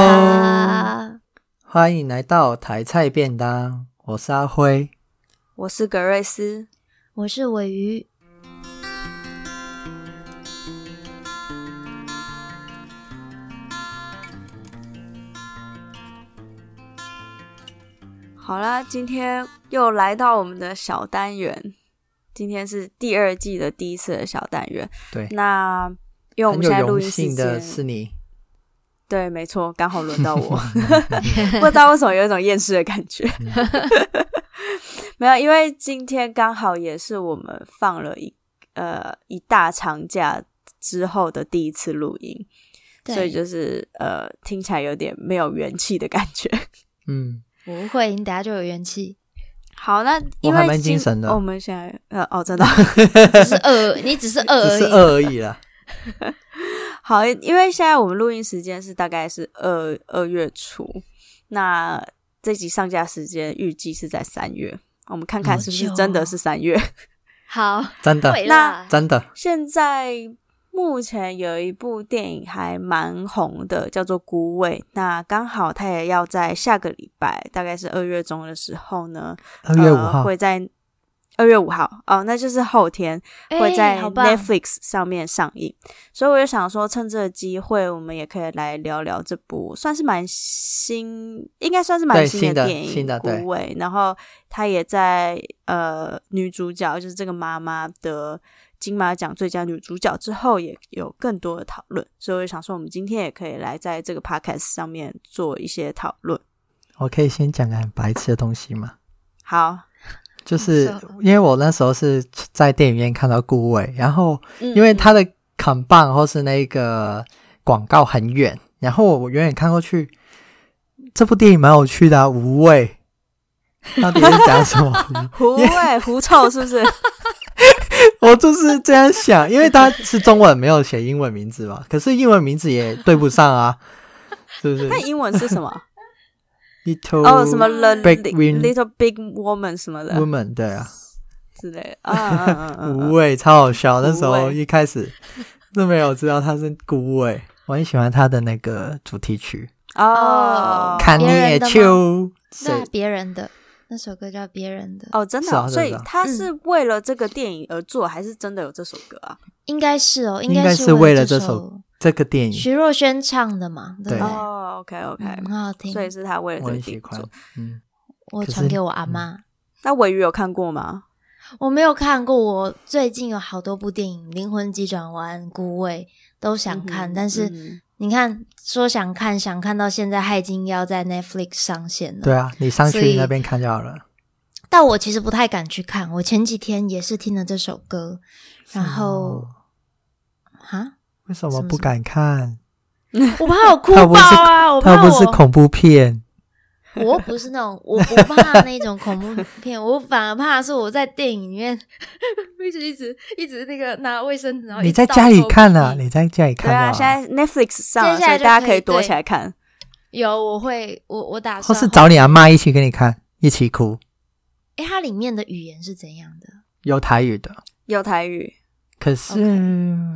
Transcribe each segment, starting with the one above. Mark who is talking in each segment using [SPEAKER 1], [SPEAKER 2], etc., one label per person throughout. [SPEAKER 1] Hello
[SPEAKER 2] 欢迎来到台菜便当，我是阿辉。
[SPEAKER 1] 我是格瑞斯。
[SPEAKER 3] 我是尾鱼。
[SPEAKER 1] 好啦，今天又来到我们的小单元，今天是第二季的第一次的小单元。
[SPEAKER 2] 对，
[SPEAKER 1] 那因为我
[SPEAKER 2] 很
[SPEAKER 1] 们
[SPEAKER 2] 有
[SPEAKER 1] 现在录
[SPEAKER 2] 荣
[SPEAKER 1] 音时
[SPEAKER 2] 幸的
[SPEAKER 1] 间，
[SPEAKER 2] 是你，
[SPEAKER 1] 对，没错，刚好轮到我， 不知道为什么有一种厌世的感觉。 没有，因为今天刚好也是我们放了一呃一大长假之后的第一次录音，
[SPEAKER 3] 对，
[SPEAKER 1] 所以就是呃听起来有点没有元气的感觉。
[SPEAKER 2] 嗯，
[SPEAKER 3] 不会，你等下就有元气。
[SPEAKER 1] 好，那
[SPEAKER 2] 我
[SPEAKER 1] 因
[SPEAKER 2] 还
[SPEAKER 1] 为
[SPEAKER 2] 蛮
[SPEAKER 1] 今
[SPEAKER 2] 精神的
[SPEAKER 1] 我们现在呃哦，真的
[SPEAKER 3] 只是饿，你只是饿
[SPEAKER 2] 只是
[SPEAKER 3] 而已。
[SPEAKER 2] 饿而已啦。
[SPEAKER 1] 好，因为现在我们录音时间是大概是二二月初，那这集上架时间预计是在三月，我们看看是不
[SPEAKER 3] 好
[SPEAKER 1] 是
[SPEAKER 3] 久哦
[SPEAKER 1] 真的是三月。
[SPEAKER 3] 好，
[SPEAKER 2] 真的，
[SPEAKER 3] 会啦。
[SPEAKER 2] 真的，
[SPEAKER 1] 现在目前有一部电影还蛮红的，叫做《孤味》，那刚好它也要在下个礼拜，大概是二月中的时候呢，
[SPEAKER 2] 二月五
[SPEAKER 1] 呃、
[SPEAKER 2] 号，
[SPEAKER 1] 会在二月五号哦，那就是后天
[SPEAKER 3] 哎
[SPEAKER 1] 会在
[SPEAKER 3] 好棒
[SPEAKER 1] Netflix 上面上映，所以我就想说，趁这个机会，我们也可以来聊聊这部算是蛮新，应该算是蛮
[SPEAKER 2] 对
[SPEAKER 1] 新
[SPEAKER 2] 新的
[SPEAKER 1] 电影《
[SPEAKER 2] 新的对
[SPEAKER 1] 孤味》，然后它也在呃女主角就是这个妈妈的。金马奖最佳女主角之后，也有更多的讨论，所以我就想说，我们今天也可以来在这个 podcast 上面做一些讨论。
[SPEAKER 2] 我可以先讲个很白痴的东西吗？
[SPEAKER 1] 好，嗯
[SPEAKER 2] 就是
[SPEAKER 3] 你说
[SPEAKER 2] 因为我那时候是在电影院看到顾伟，然后
[SPEAKER 1] 嗯
[SPEAKER 2] 因为他的扛棒或是那个广告很远，然后我远远看过去，这部电影蛮有趣的、啊，无味。到底是讲什么？
[SPEAKER 1] 狐 味狐臭是不是？
[SPEAKER 2] 我就是这样想，因为他是中文，没有写英文名字嘛，可是英文名字也对不上啊，是不是
[SPEAKER 1] 那英文是 什么？
[SPEAKER 2] ？Little
[SPEAKER 1] 哦，什么 the
[SPEAKER 2] Oh, Big
[SPEAKER 1] li-
[SPEAKER 2] Win-
[SPEAKER 1] little big woman 什么的
[SPEAKER 2] Woman 对啊，
[SPEAKER 1] 之类的，啊啊啊啊
[SPEAKER 3] 嗯
[SPEAKER 1] 啊
[SPEAKER 2] 无味超好笑。那时
[SPEAKER 1] 无
[SPEAKER 2] 候
[SPEAKER 1] 味
[SPEAKER 2] 一开始都没有知道他是孤味，我很喜欢他的那个主题曲
[SPEAKER 1] 哦
[SPEAKER 2] 《看你
[SPEAKER 3] 别人
[SPEAKER 2] 也
[SPEAKER 3] 的吗
[SPEAKER 2] 秋》，
[SPEAKER 3] 那
[SPEAKER 2] 谁
[SPEAKER 3] 别人的那首歌叫《别人的》，
[SPEAKER 1] 哦，真的
[SPEAKER 2] 是啊
[SPEAKER 1] 哦，
[SPEAKER 2] 是啊
[SPEAKER 1] 所以
[SPEAKER 2] 是啊
[SPEAKER 1] 他是为了这个电影而做，还是真的有这首歌啊？
[SPEAKER 3] 应该是哦，应
[SPEAKER 2] 应该是
[SPEAKER 3] 是
[SPEAKER 2] 为
[SPEAKER 3] 为
[SPEAKER 2] 了这
[SPEAKER 3] 这
[SPEAKER 2] 首这个电影
[SPEAKER 3] 徐若瑄唱的嘛，
[SPEAKER 2] 嗯
[SPEAKER 3] 对
[SPEAKER 2] 对
[SPEAKER 3] 不对？
[SPEAKER 1] 哦，OK OK，
[SPEAKER 3] 嗯很好听
[SPEAKER 1] 所。以是他为了
[SPEAKER 2] 我
[SPEAKER 1] 这个电
[SPEAKER 2] 很喜
[SPEAKER 1] 影
[SPEAKER 2] 欢
[SPEAKER 1] 做。，
[SPEAKER 2] 嗯，
[SPEAKER 3] 我
[SPEAKER 2] 可是
[SPEAKER 3] 传给我阿妈，
[SPEAKER 1] 那尾鱼有看过吗？
[SPEAKER 3] 我没有看过。我最近有好多部电影，《灵魂急转弯》《孤味》都想看，
[SPEAKER 1] 嗯哼
[SPEAKER 3] 但是
[SPEAKER 1] 嗯
[SPEAKER 3] 你看，说想看想看到现在，它已经要在 Netflix 上线了。
[SPEAKER 2] 对啊，你上
[SPEAKER 3] 所
[SPEAKER 2] 去
[SPEAKER 3] 以
[SPEAKER 2] 那边看就好了。
[SPEAKER 3] 但我其实不太敢去看。我前几天也是听了这首歌，然后
[SPEAKER 2] 哦
[SPEAKER 3] 啊，
[SPEAKER 2] 为什么
[SPEAKER 3] 什么
[SPEAKER 2] 不敢看？
[SPEAKER 3] 我怕我哭
[SPEAKER 2] 它不
[SPEAKER 3] 爆
[SPEAKER 2] 是
[SPEAKER 3] 啊！我
[SPEAKER 2] 它
[SPEAKER 3] 怕
[SPEAKER 2] 不是
[SPEAKER 3] 我，
[SPEAKER 2] 恐怖片，
[SPEAKER 3] 我又不是那种，我不怕那种恐怖片，我反而怕是我在电影里面一直一直一直那个拿卫生纸，然后
[SPEAKER 2] 你
[SPEAKER 3] 一直
[SPEAKER 2] 在
[SPEAKER 3] 倒
[SPEAKER 2] 家里
[SPEAKER 3] 抽
[SPEAKER 2] 看啊，
[SPEAKER 3] 屉
[SPEAKER 2] 你在家里
[SPEAKER 1] 对
[SPEAKER 2] 看
[SPEAKER 1] 啊，
[SPEAKER 2] 啊，
[SPEAKER 1] 现在 Netflix 上了，
[SPEAKER 3] 接
[SPEAKER 1] 所
[SPEAKER 3] 下来就
[SPEAKER 1] 大家
[SPEAKER 3] 可
[SPEAKER 1] 可
[SPEAKER 3] 以
[SPEAKER 1] 以躲
[SPEAKER 3] 对
[SPEAKER 1] 起来看。
[SPEAKER 3] 有我会我我打
[SPEAKER 2] 或
[SPEAKER 3] 算
[SPEAKER 2] 是找你阿妈一起跟你看，一起哭，
[SPEAKER 3] 诶，它里面的语言是怎样的？
[SPEAKER 2] 有台语的，
[SPEAKER 1] 有台语
[SPEAKER 2] 可是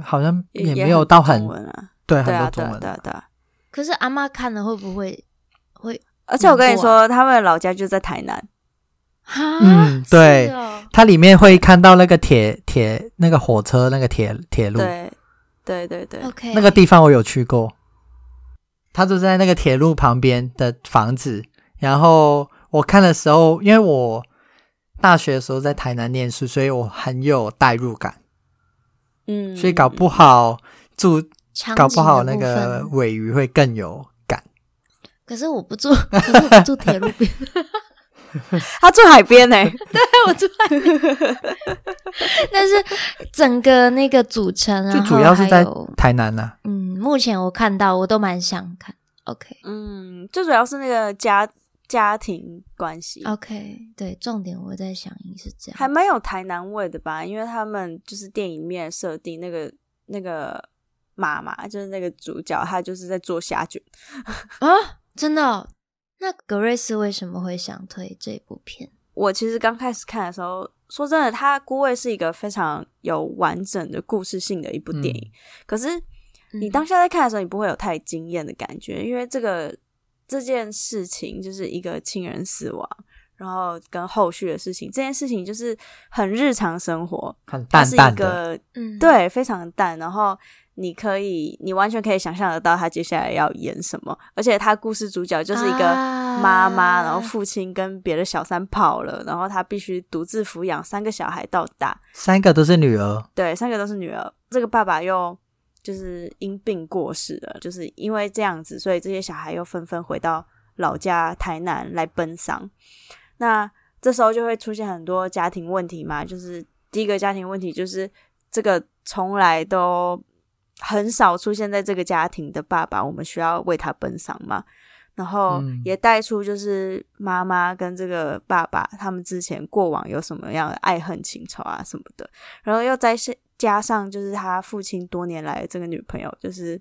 [SPEAKER 2] 好像也
[SPEAKER 1] 也
[SPEAKER 2] 没有到
[SPEAKER 1] 很
[SPEAKER 2] 很
[SPEAKER 1] 多中文啊，
[SPEAKER 2] 对
[SPEAKER 1] 对
[SPEAKER 2] 很
[SPEAKER 1] 啊对
[SPEAKER 2] 多中
[SPEAKER 1] 啊
[SPEAKER 2] 文
[SPEAKER 1] 对啊
[SPEAKER 2] 的，
[SPEAKER 1] 对啊。
[SPEAKER 3] 可是阿妈看了会不会会
[SPEAKER 1] 而且我跟你
[SPEAKER 3] 嗯难过啊
[SPEAKER 1] 说，他们的老家就在台南。
[SPEAKER 3] 哈？
[SPEAKER 2] 嗯对
[SPEAKER 3] 是哦
[SPEAKER 2] 它里面会看到那个铁铁那个火车那个铁铁路
[SPEAKER 1] 对，对对对，
[SPEAKER 3] ，OK，
[SPEAKER 2] 那个地方我有去过，它就在那个铁路旁边的房子。然后我看的时候，因为我大学的时候在台南念书，所以我很有代入感，
[SPEAKER 1] 嗯，
[SPEAKER 2] 所以搞不好住
[SPEAKER 3] 场
[SPEAKER 2] 搞不
[SPEAKER 3] 景
[SPEAKER 2] 好
[SPEAKER 3] 的
[SPEAKER 2] 那
[SPEAKER 3] 部
[SPEAKER 2] 个
[SPEAKER 3] 分
[SPEAKER 2] 尾鱼会更有感。
[SPEAKER 3] 可是我不住，可是我不住铁路边，
[SPEAKER 1] 他住海边呢、
[SPEAKER 3] 我住外面。 但是整个那个组成，
[SPEAKER 2] 就
[SPEAKER 3] 然
[SPEAKER 2] 主
[SPEAKER 3] 后
[SPEAKER 2] 要是
[SPEAKER 3] 还
[SPEAKER 2] 在
[SPEAKER 3] 有
[SPEAKER 2] 台南啊啦、
[SPEAKER 3] 嗯，目前我看到我都蛮想看。OK
[SPEAKER 1] 嗯，最主要是那个家家庭关系，
[SPEAKER 3] OK，对，重点我在想应是这
[SPEAKER 1] 还
[SPEAKER 3] 样。
[SPEAKER 1] 蛮有台南味的吧？因为他们就是电影里面设定那个那个妈妈，就是那个主角，她就是在做虾卷。
[SPEAKER 3] 啊，真的哦、那格瑞斯为什么会想推这部片？
[SPEAKER 1] 我其实刚开始看的时候，说真的，
[SPEAKER 2] 嗯
[SPEAKER 1] 它《孤味》是一个非常有完整的故事性的一部电影，可是你当下在看的时候，你不会有太惊艳的感觉，因为这个这件事情就是一个亲人死亡，然后跟后续的事情，这件事情就是很日常生活，
[SPEAKER 2] 很
[SPEAKER 1] 它
[SPEAKER 2] 淡
[SPEAKER 1] 是一
[SPEAKER 2] 淡的，
[SPEAKER 1] 个
[SPEAKER 3] 嗯，
[SPEAKER 1] 对非常淡，然后你可以你完全可以想象得到他接下来要演什么，而且他故事主角就是一个妈妈，然后父亲跟别的小三跑了，然后他必须独自抚养三个小孩到大，
[SPEAKER 2] 三个都是女儿，
[SPEAKER 1] 对，三个都是女儿。这个爸爸又就是因病过世了，就是因为这样子，所以这些小孩又纷纷回到老家台南来奔丧。那这时候就会出现很多家庭问题嘛，就是第一个家庭问题就是这个从来都很少出现在这个家庭的爸爸，我们需要为他奔丧嘛。然后
[SPEAKER 2] 嗯
[SPEAKER 1] 也带出就是妈妈跟这个爸爸他们之前过往有什么样的爱恨情仇啊什么的，然后又再是加上就是他父亲多年来的这个女朋友，就是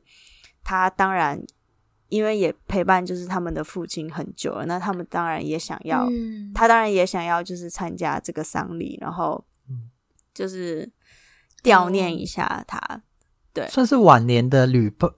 [SPEAKER 1] 他当然因为也陪伴就是他们的父亲很久了，那他们当然也想要，
[SPEAKER 3] 嗯
[SPEAKER 1] 他当然也想要就是参加这个丧礼，然后
[SPEAKER 2] 嗯
[SPEAKER 1] 就是悼念一下他，对
[SPEAKER 2] 算是晚年的旅伴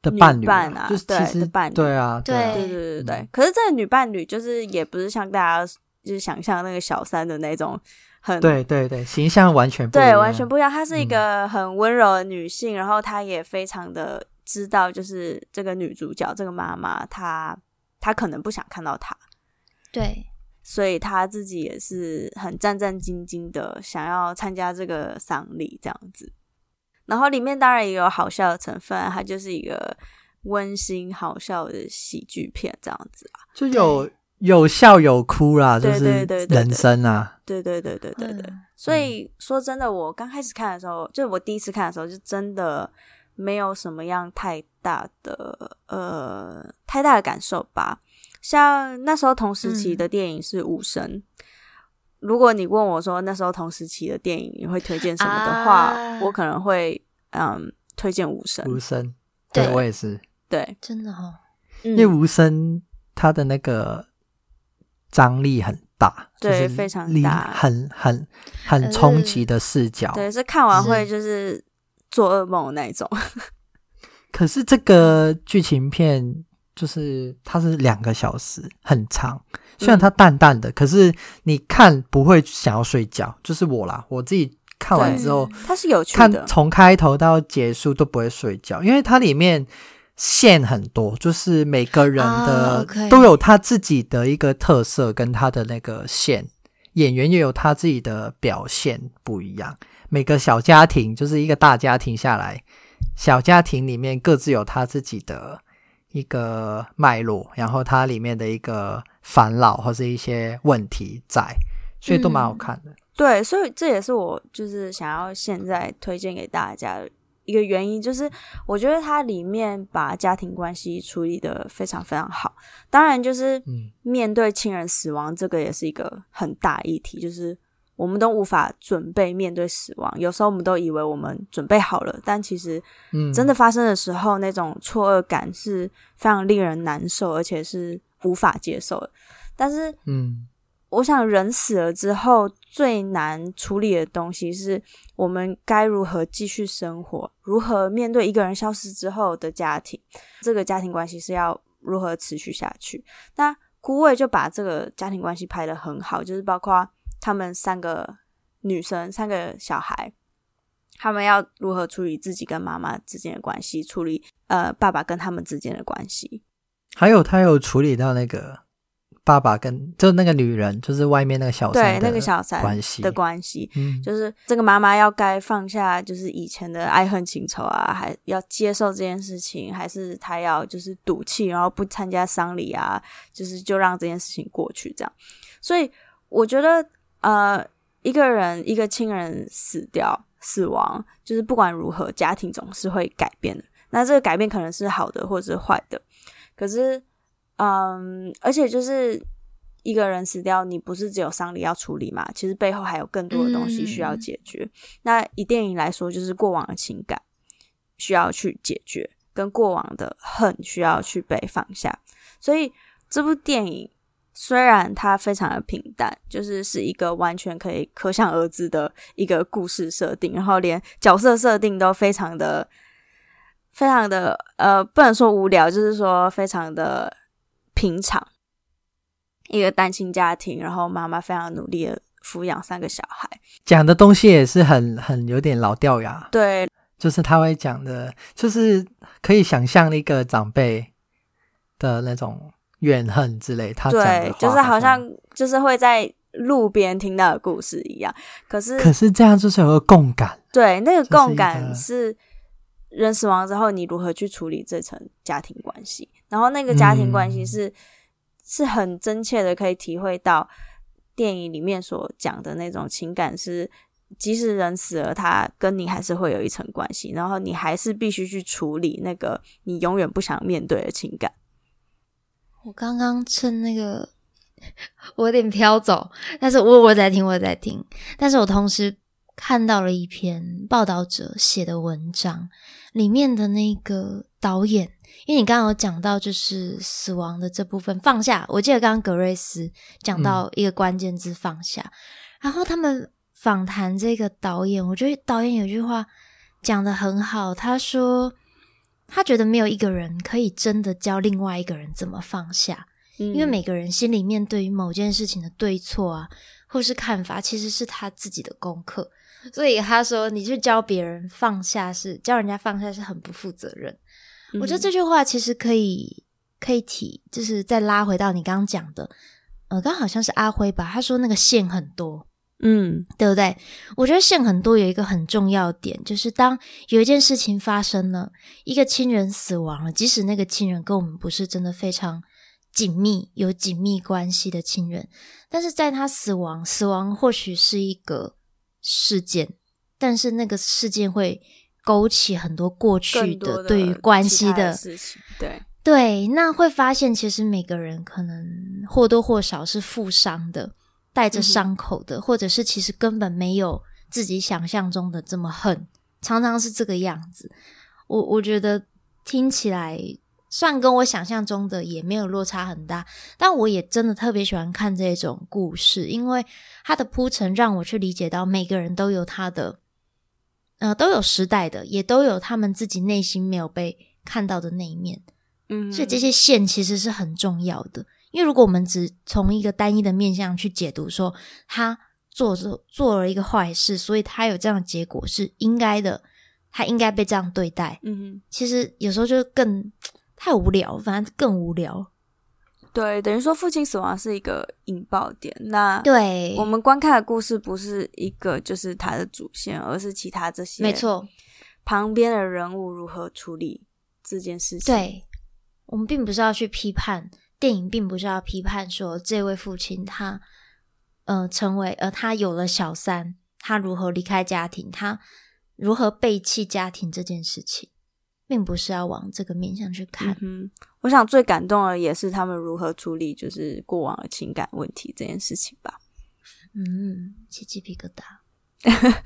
[SPEAKER 2] 的伴侣
[SPEAKER 1] 呃女伴
[SPEAKER 2] 啊，
[SPEAKER 1] 啊
[SPEAKER 2] 就是
[SPEAKER 1] 对
[SPEAKER 2] 其实
[SPEAKER 1] 的伴侣
[SPEAKER 2] 对啊，啊
[SPEAKER 1] 对对
[SPEAKER 3] 对
[SPEAKER 1] 对对对
[SPEAKER 2] 嗯。
[SPEAKER 1] 可是这个女伴侣就是也不是像大家就是想象那个小三的那种很
[SPEAKER 2] 对对对，形象完全不一
[SPEAKER 1] 对，
[SPEAKER 2] 样嗯
[SPEAKER 1] 完全不一样。她是一个很温柔的女性，然后她也非常的知道，就是这个女主角这个妈妈，她她可能不想看到她，
[SPEAKER 3] 对，
[SPEAKER 1] 所以她自己也是很战战兢兢的，想要参加这个丧礼这样子。然后里面当然也有好笑的成分啊，它就是一个温馨好笑的喜剧片这样子啊。
[SPEAKER 2] 就有有笑有哭啦，就
[SPEAKER 1] 对
[SPEAKER 2] 是
[SPEAKER 1] 对对对对
[SPEAKER 2] 人生啊，
[SPEAKER 1] 对对对对对对。
[SPEAKER 3] 嗯
[SPEAKER 1] 所以说真的，我刚开始看的时候，就是我第一次看的时候，就真的没有什么样太大的呃太大的感受吧。像那时候同时
[SPEAKER 3] 嗯
[SPEAKER 1] 期的电影是《武神》如果你问我说那时候同时期的电影你会推荐什么的话，
[SPEAKER 3] 啊
[SPEAKER 1] 我可能会嗯推荐《武神》。
[SPEAKER 2] 无声，
[SPEAKER 3] 对
[SPEAKER 2] 我也是，
[SPEAKER 1] 对，
[SPEAKER 3] 真的哦，
[SPEAKER 1] 嗯
[SPEAKER 2] 因为无声它的那个张力很大，
[SPEAKER 1] 对
[SPEAKER 2] 就是
[SPEAKER 1] 非常
[SPEAKER 2] 力
[SPEAKER 1] 大呃
[SPEAKER 2] 很很很冲击的视角。
[SPEAKER 1] 对是看完
[SPEAKER 3] 是
[SPEAKER 1] 会就是做噩梦的那一种。
[SPEAKER 2] 可是这个剧情片就是它是两个小时，很长。
[SPEAKER 1] 嗯
[SPEAKER 2] 虽然它淡淡的，可是你看不会想要睡觉。就是我啦，我自己看完之后，
[SPEAKER 3] 嗯
[SPEAKER 1] 它是有趣
[SPEAKER 2] 看
[SPEAKER 1] 的，
[SPEAKER 2] 从开头到结束都不会睡觉，因为它里面线很多，就是每个人
[SPEAKER 3] 啊
[SPEAKER 2] 的、
[SPEAKER 3] ，OK
[SPEAKER 2] 都有他自己的一个特色跟他的那个线，演员也有他自己的表现不一样。每个小家庭就是一个大家庭下来，小家庭里面各自有他自己的一个脉络，然后它里面的一个烦恼或是一些问题在，所以都
[SPEAKER 1] 嗯
[SPEAKER 2] 蛮好看的。
[SPEAKER 1] 对，所以这也是我就是想要现在推荐给大家的一个原因，就是我觉得它里面把家庭关系处理的非常非常好。当然，就是
[SPEAKER 2] 嗯
[SPEAKER 1] 面对亲人死亡，这个也是一个很大议题，就是我们都无法准备面对死亡。有时候我们都以为我们准备好了，但其实
[SPEAKER 2] 嗯，
[SPEAKER 1] 真的发生的时候，那种错愕感是非常令人难受，而且是无法接受的。但是
[SPEAKER 2] 嗯，
[SPEAKER 1] 我想人死了之后最难处理的东西是我们该如何继续生活，如何面对一个人消失之后的家庭，这个家庭关系是要如何持续下去。那枯味就把这个家庭关系拍得很好，就是包括他们三个女生、三个小孩，他们要如何处理自己跟妈妈之间的关系，处理呃爸爸跟他们之间的关系。
[SPEAKER 2] 还有他有处理到那个爸爸跟就那个女人，就是外面那个小三
[SPEAKER 1] 对，
[SPEAKER 2] 的
[SPEAKER 1] 那个小三
[SPEAKER 2] 关系
[SPEAKER 1] 的关系，
[SPEAKER 2] 嗯，
[SPEAKER 1] 就是这个妈妈要该放下，就是以前的爱恨情仇啊，还要接受这件事情，还是她要就是赌气，然后不参加丧礼啊，就是就让这件事情过去这样。所以我觉得，呃，一个人一个亲人死掉、死亡，就是不管如何，家庭总是会改变的。那这个改变可能是好的或者是坏的，可是，嗯，而且就是一个人死掉，你不是只有丧礼要处理嘛？其实背后还有更多的东西需要解决。那以电影来说，就是过往的情感需要去解决，跟过往的恨需要去被放下。所以这部电影虽然它非常的平淡，就是是一个完全可以可想而知的一个故事设定，然后连角色设定都非常的非常的呃，不能说无聊，就是说非常的平常。一个单亲家庭，然后妈妈非常努力的抚养三个小孩，
[SPEAKER 2] 讲的东西也是很很有点老掉牙，
[SPEAKER 1] 对
[SPEAKER 2] 就是他会讲的，就是可以想象一个长辈的那种怨恨之类，他讲的
[SPEAKER 1] 对，
[SPEAKER 2] 话
[SPEAKER 1] 就是好像就是会在路边听到的故事一样。可是
[SPEAKER 2] 可是这样就是有个共感，
[SPEAKER 1] 对那个
[SPEAKER 2] 这是
[SPEAKER 1] 共
[SPEAKER 2] 一个
[SPEAKER 1] 感是人死亡之后，你如何去处理这层家庭关系？然后那个家庭关系
[SPEAKER 2] 嗯
[SPEAKER 1] 是、是很真切的，可以体会到电影里面所讲的那种情感是。即使人死了，他跟你还是会有一层关系，然后你还是必须去处理那个你永远不想面对的情感。
[SPEAKER 3] 我刚刚趁那个我有点飘走，但是我我在听我在听，但是我同时看到了一篇报道者写的文章，里面的那个导演，因为你刚刚有讲到就是死亡的这部分放下，我记得刚刚格瑞斯讲到一个关键字放下，然后他们访谈这个导演，我觉得导演有句话讲的很好，他说他觉得没有一个人可以真的教另外一个人怎么放下，
[SPEAKER 1] 因
[SPEAKER 3] 因为每个人心里面对于某件事情的对错啊，或是看法，其实是他自己的功课。所以他说，你去教别人放下是教人家放下是很不负责任。我觉得这句话其实可以可以提，就是再拉回到你刚刚讲的，呃，刚好像是阿辉吧，他说那个线很多，
[SPEAKER 1] 嗯
[SPEAKER 3] 对不对？我觉得线很多有一个很重要的点，就是当有一件事情发生了，一个亲人死亡了，即使那个亲人跟我们不是真的非常紧密、有紧密关系的亲人，但是在他死亡，死亡或许是一个事件，但是那个事件会勾起很多过去
[SPEAKER 1] 更多的
[SPEAKER 3] 对于关
[SPEAKER 1] 其
[SPEAKER 3] 系
[SPEAKER 1] 他
[SPEAKER 3] 的
[SPEAKER 1] 事情，对，
[SPEAKER 3] 对，那会发现其实每个人可能或多或少是负伤的，带着
[SPEAKER 1] 嗯哼
[SPEAKER 3] 伤口的，或者是其实根本没有自己想象中的这么恨，常常是这个样子。我我觉得听起来算跟我想象中的也没有落差很大，但我也真的特别喜欢看这种故事，因为它的铺陈让我去理解到每个人都有他的，呃，都有时代的，也都有他们自己内心没有被看到的那一面。
[SPEAKER 1] 嗯，
[SPEAKER 3] 所以这些线其实是很重要的，因为如果我们只从一个单一的面向去解读说他做做做了一个坏事，所以他有这样的结果是应该的，他应该被这样对待，
[SPEAKER 1] 嗯
[SPEAKER 3] 其实有时候就更太无聊，反正更无聊。
[SPEAKER 1] 哼，对，等于说父亲死亡是一个引爆点。那
[SPEAKER 3] 对
[SPEAKER 1] 我们观看的故事不是一个就是他的主线，而是其他这些
[SPEAKER 3] 没错，
[SPEAKER 1] 旁边的人物如何处理这件事情。，
[SPEAKER 3] 对，我们并不是要去批判电影，并不是要批判说这位父亲他，呃，成为呃，他有了小三，他如何离开家庭，他如何背弃家庭这件事情，并不是要往这个面向去看。
[SPEAKER 1] 嗯哼，我想最感动的也是他们如何处理就是过往的情感问题这件事情吧。
[SPEAKER 3] 嗯，起鸡皮疙瘩。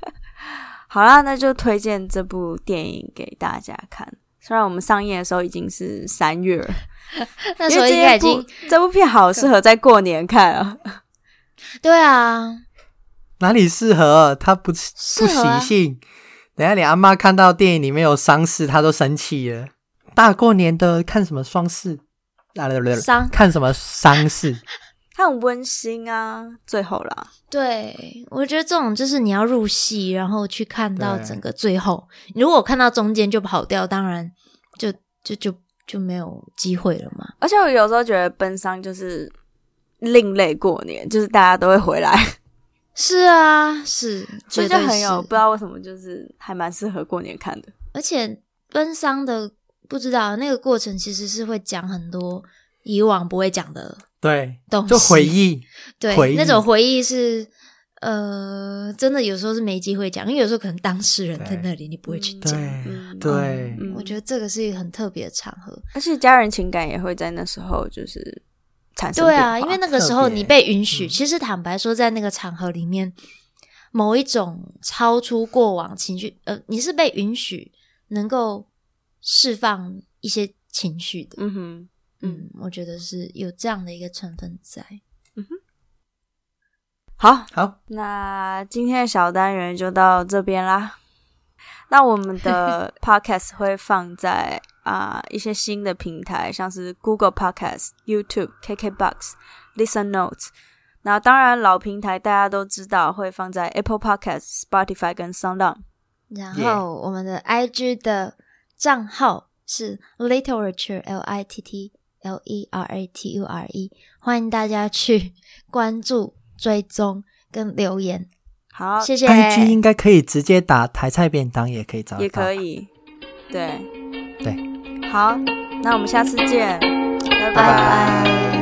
[SPEAKER 1] 好啦，那就推荐这部电影给大家看。虽然我们上映的时候已经是三月了，
[SPEAKER 3] 那时
[SPEAKER 1] 因
[SPEAKER 3] 候
[SPEAKER 1] 为
[SPEAKER 3] 应
[SPEAKER 1] 这
[SPEAKER 3] 该
[SPEAKER 1] 一
[SPEAKER 3] 已经
[SPEAKER 1] 部这部片好适合在过年看 啊。
[SPEAKER 3] 对啊，
[SPEAKER 2] 哪里适合？他不
[SPEAKER 3] 适
[SPEAKER 2] 不
[SPEAKER 3] 合啊
[SPEAKER 2] 喜庆。等一下你阿妈看到电影里面有丧事，她都生气了。大过年的看什么双事？啊，对对对，
[SPEAKER 3] 伤
[SPEAKER 2] 看什么丧 事？
[SPEAKER 1] 它很温馨啊，最后啦，
[SPEAKER 3] 对，我觉得这种就是你要入戏，然后去看到
[SPEAKER 2] 对
[SPEAKER 3] 整个最后。如果看到中间就跑掉，当然就就就就没有机会了嘛。
[SPEAKER 1] 而且我有时候觉得奔丧就是另类过年，就是大家都会 回来，
[SPEAKER 3] 是啊，是，
[SPEAKER 1] 所以
[SPEAKER 3] 绝
[SPEAKER 1] 就
[SPEAKER 3] 对
[SPEAKER 1] 很有
[SPEAKER 3] 是
[SPEAKER 1] 不知道为什么，就是还蛮适合过年看的。
[SPEAKER 3] 而且奔丧的不知道那个过程其实是会讲很多以往不会讲的
[SPEAKER 2] 对，
[SPEAKER 1] 哦
[SPEAKER 3] 东西，
[SPEAKER 2] 就回忆。回
[SPEAKER 3] 对
[SPEAKER 2] 忆
[SPEAKER 3] 那种回忆是。呃，真的有时候是没机会讲，因为有时候可能当事人在
[SPEAKER 2] 对
[SPEAKER 3] 那里，你不会去
[SPEAKER 2] 对
[SPEAKER 3] 讲。
[SPEAKER 1] 嗯
[SPEAKER 2] 对，
[SPEAKER 1] 嗯
[SPEAKER 3] 我觉得这个是一个很特别的场合。
[SPEAKER 1] 而且家人情感也会在那时候就是产生
[SPEAKER 3] 对
[SPEAKER 1] 变
[SPEAKER 3] 啊，
[SPEAKER 1] 化
[SPEAKER 3] 因为那个时候
[SPEAKER 2] 特别
[SPEAKER 3] 你被允许，
[SPEAKER 2] 嗯
[SPEAKER 3] 其实坦白说，在那个场合里面，某一种超出过往情绪，呃，你是被允许能够释放一些情绪的。
[SPEAKER 1] 嗯哼，
[SPEAKER 3] 嗯，我觉得是有这样的一个成分在。
[SPEAKER 1] 好，
[SPEAKER 2] 好，
[SPEAKER 1] 那今天的小单元就到这边啦。那我们 的 podcast 会放在啊、一些新的平台，像是 Google Podcast、YouTube、KKBox、Listen Notes。然后，当然老平台大家都知道，会放在 Apple Podcast、Spotify 跟 Sound On。
[SPEAKER 3] 然
[SPEAKER 2] Yeah
[SPEAKER 3] 后我们的 IG 的账号是 literature l i t t l e r a t u r e，欢迎大家去关注、追踪跟留言，
[SPEAKER 1] 好，
[SPEAKER 3] 谢谢。
[SPEAKER 2] IG 应该可以直接打台菜便当，也可以找得
[SPEAKER 1] 也
[SPEAKER 2] 到
[SPEAKER 1] 可。以，
[SPEAKER 2] 嗯
[SPEAKER 1] 对
[SPEAKER 2] 对，
[SPEAKER 1] 好，那我们下次见，拜拜
[SPEAKER 2] 拜拜。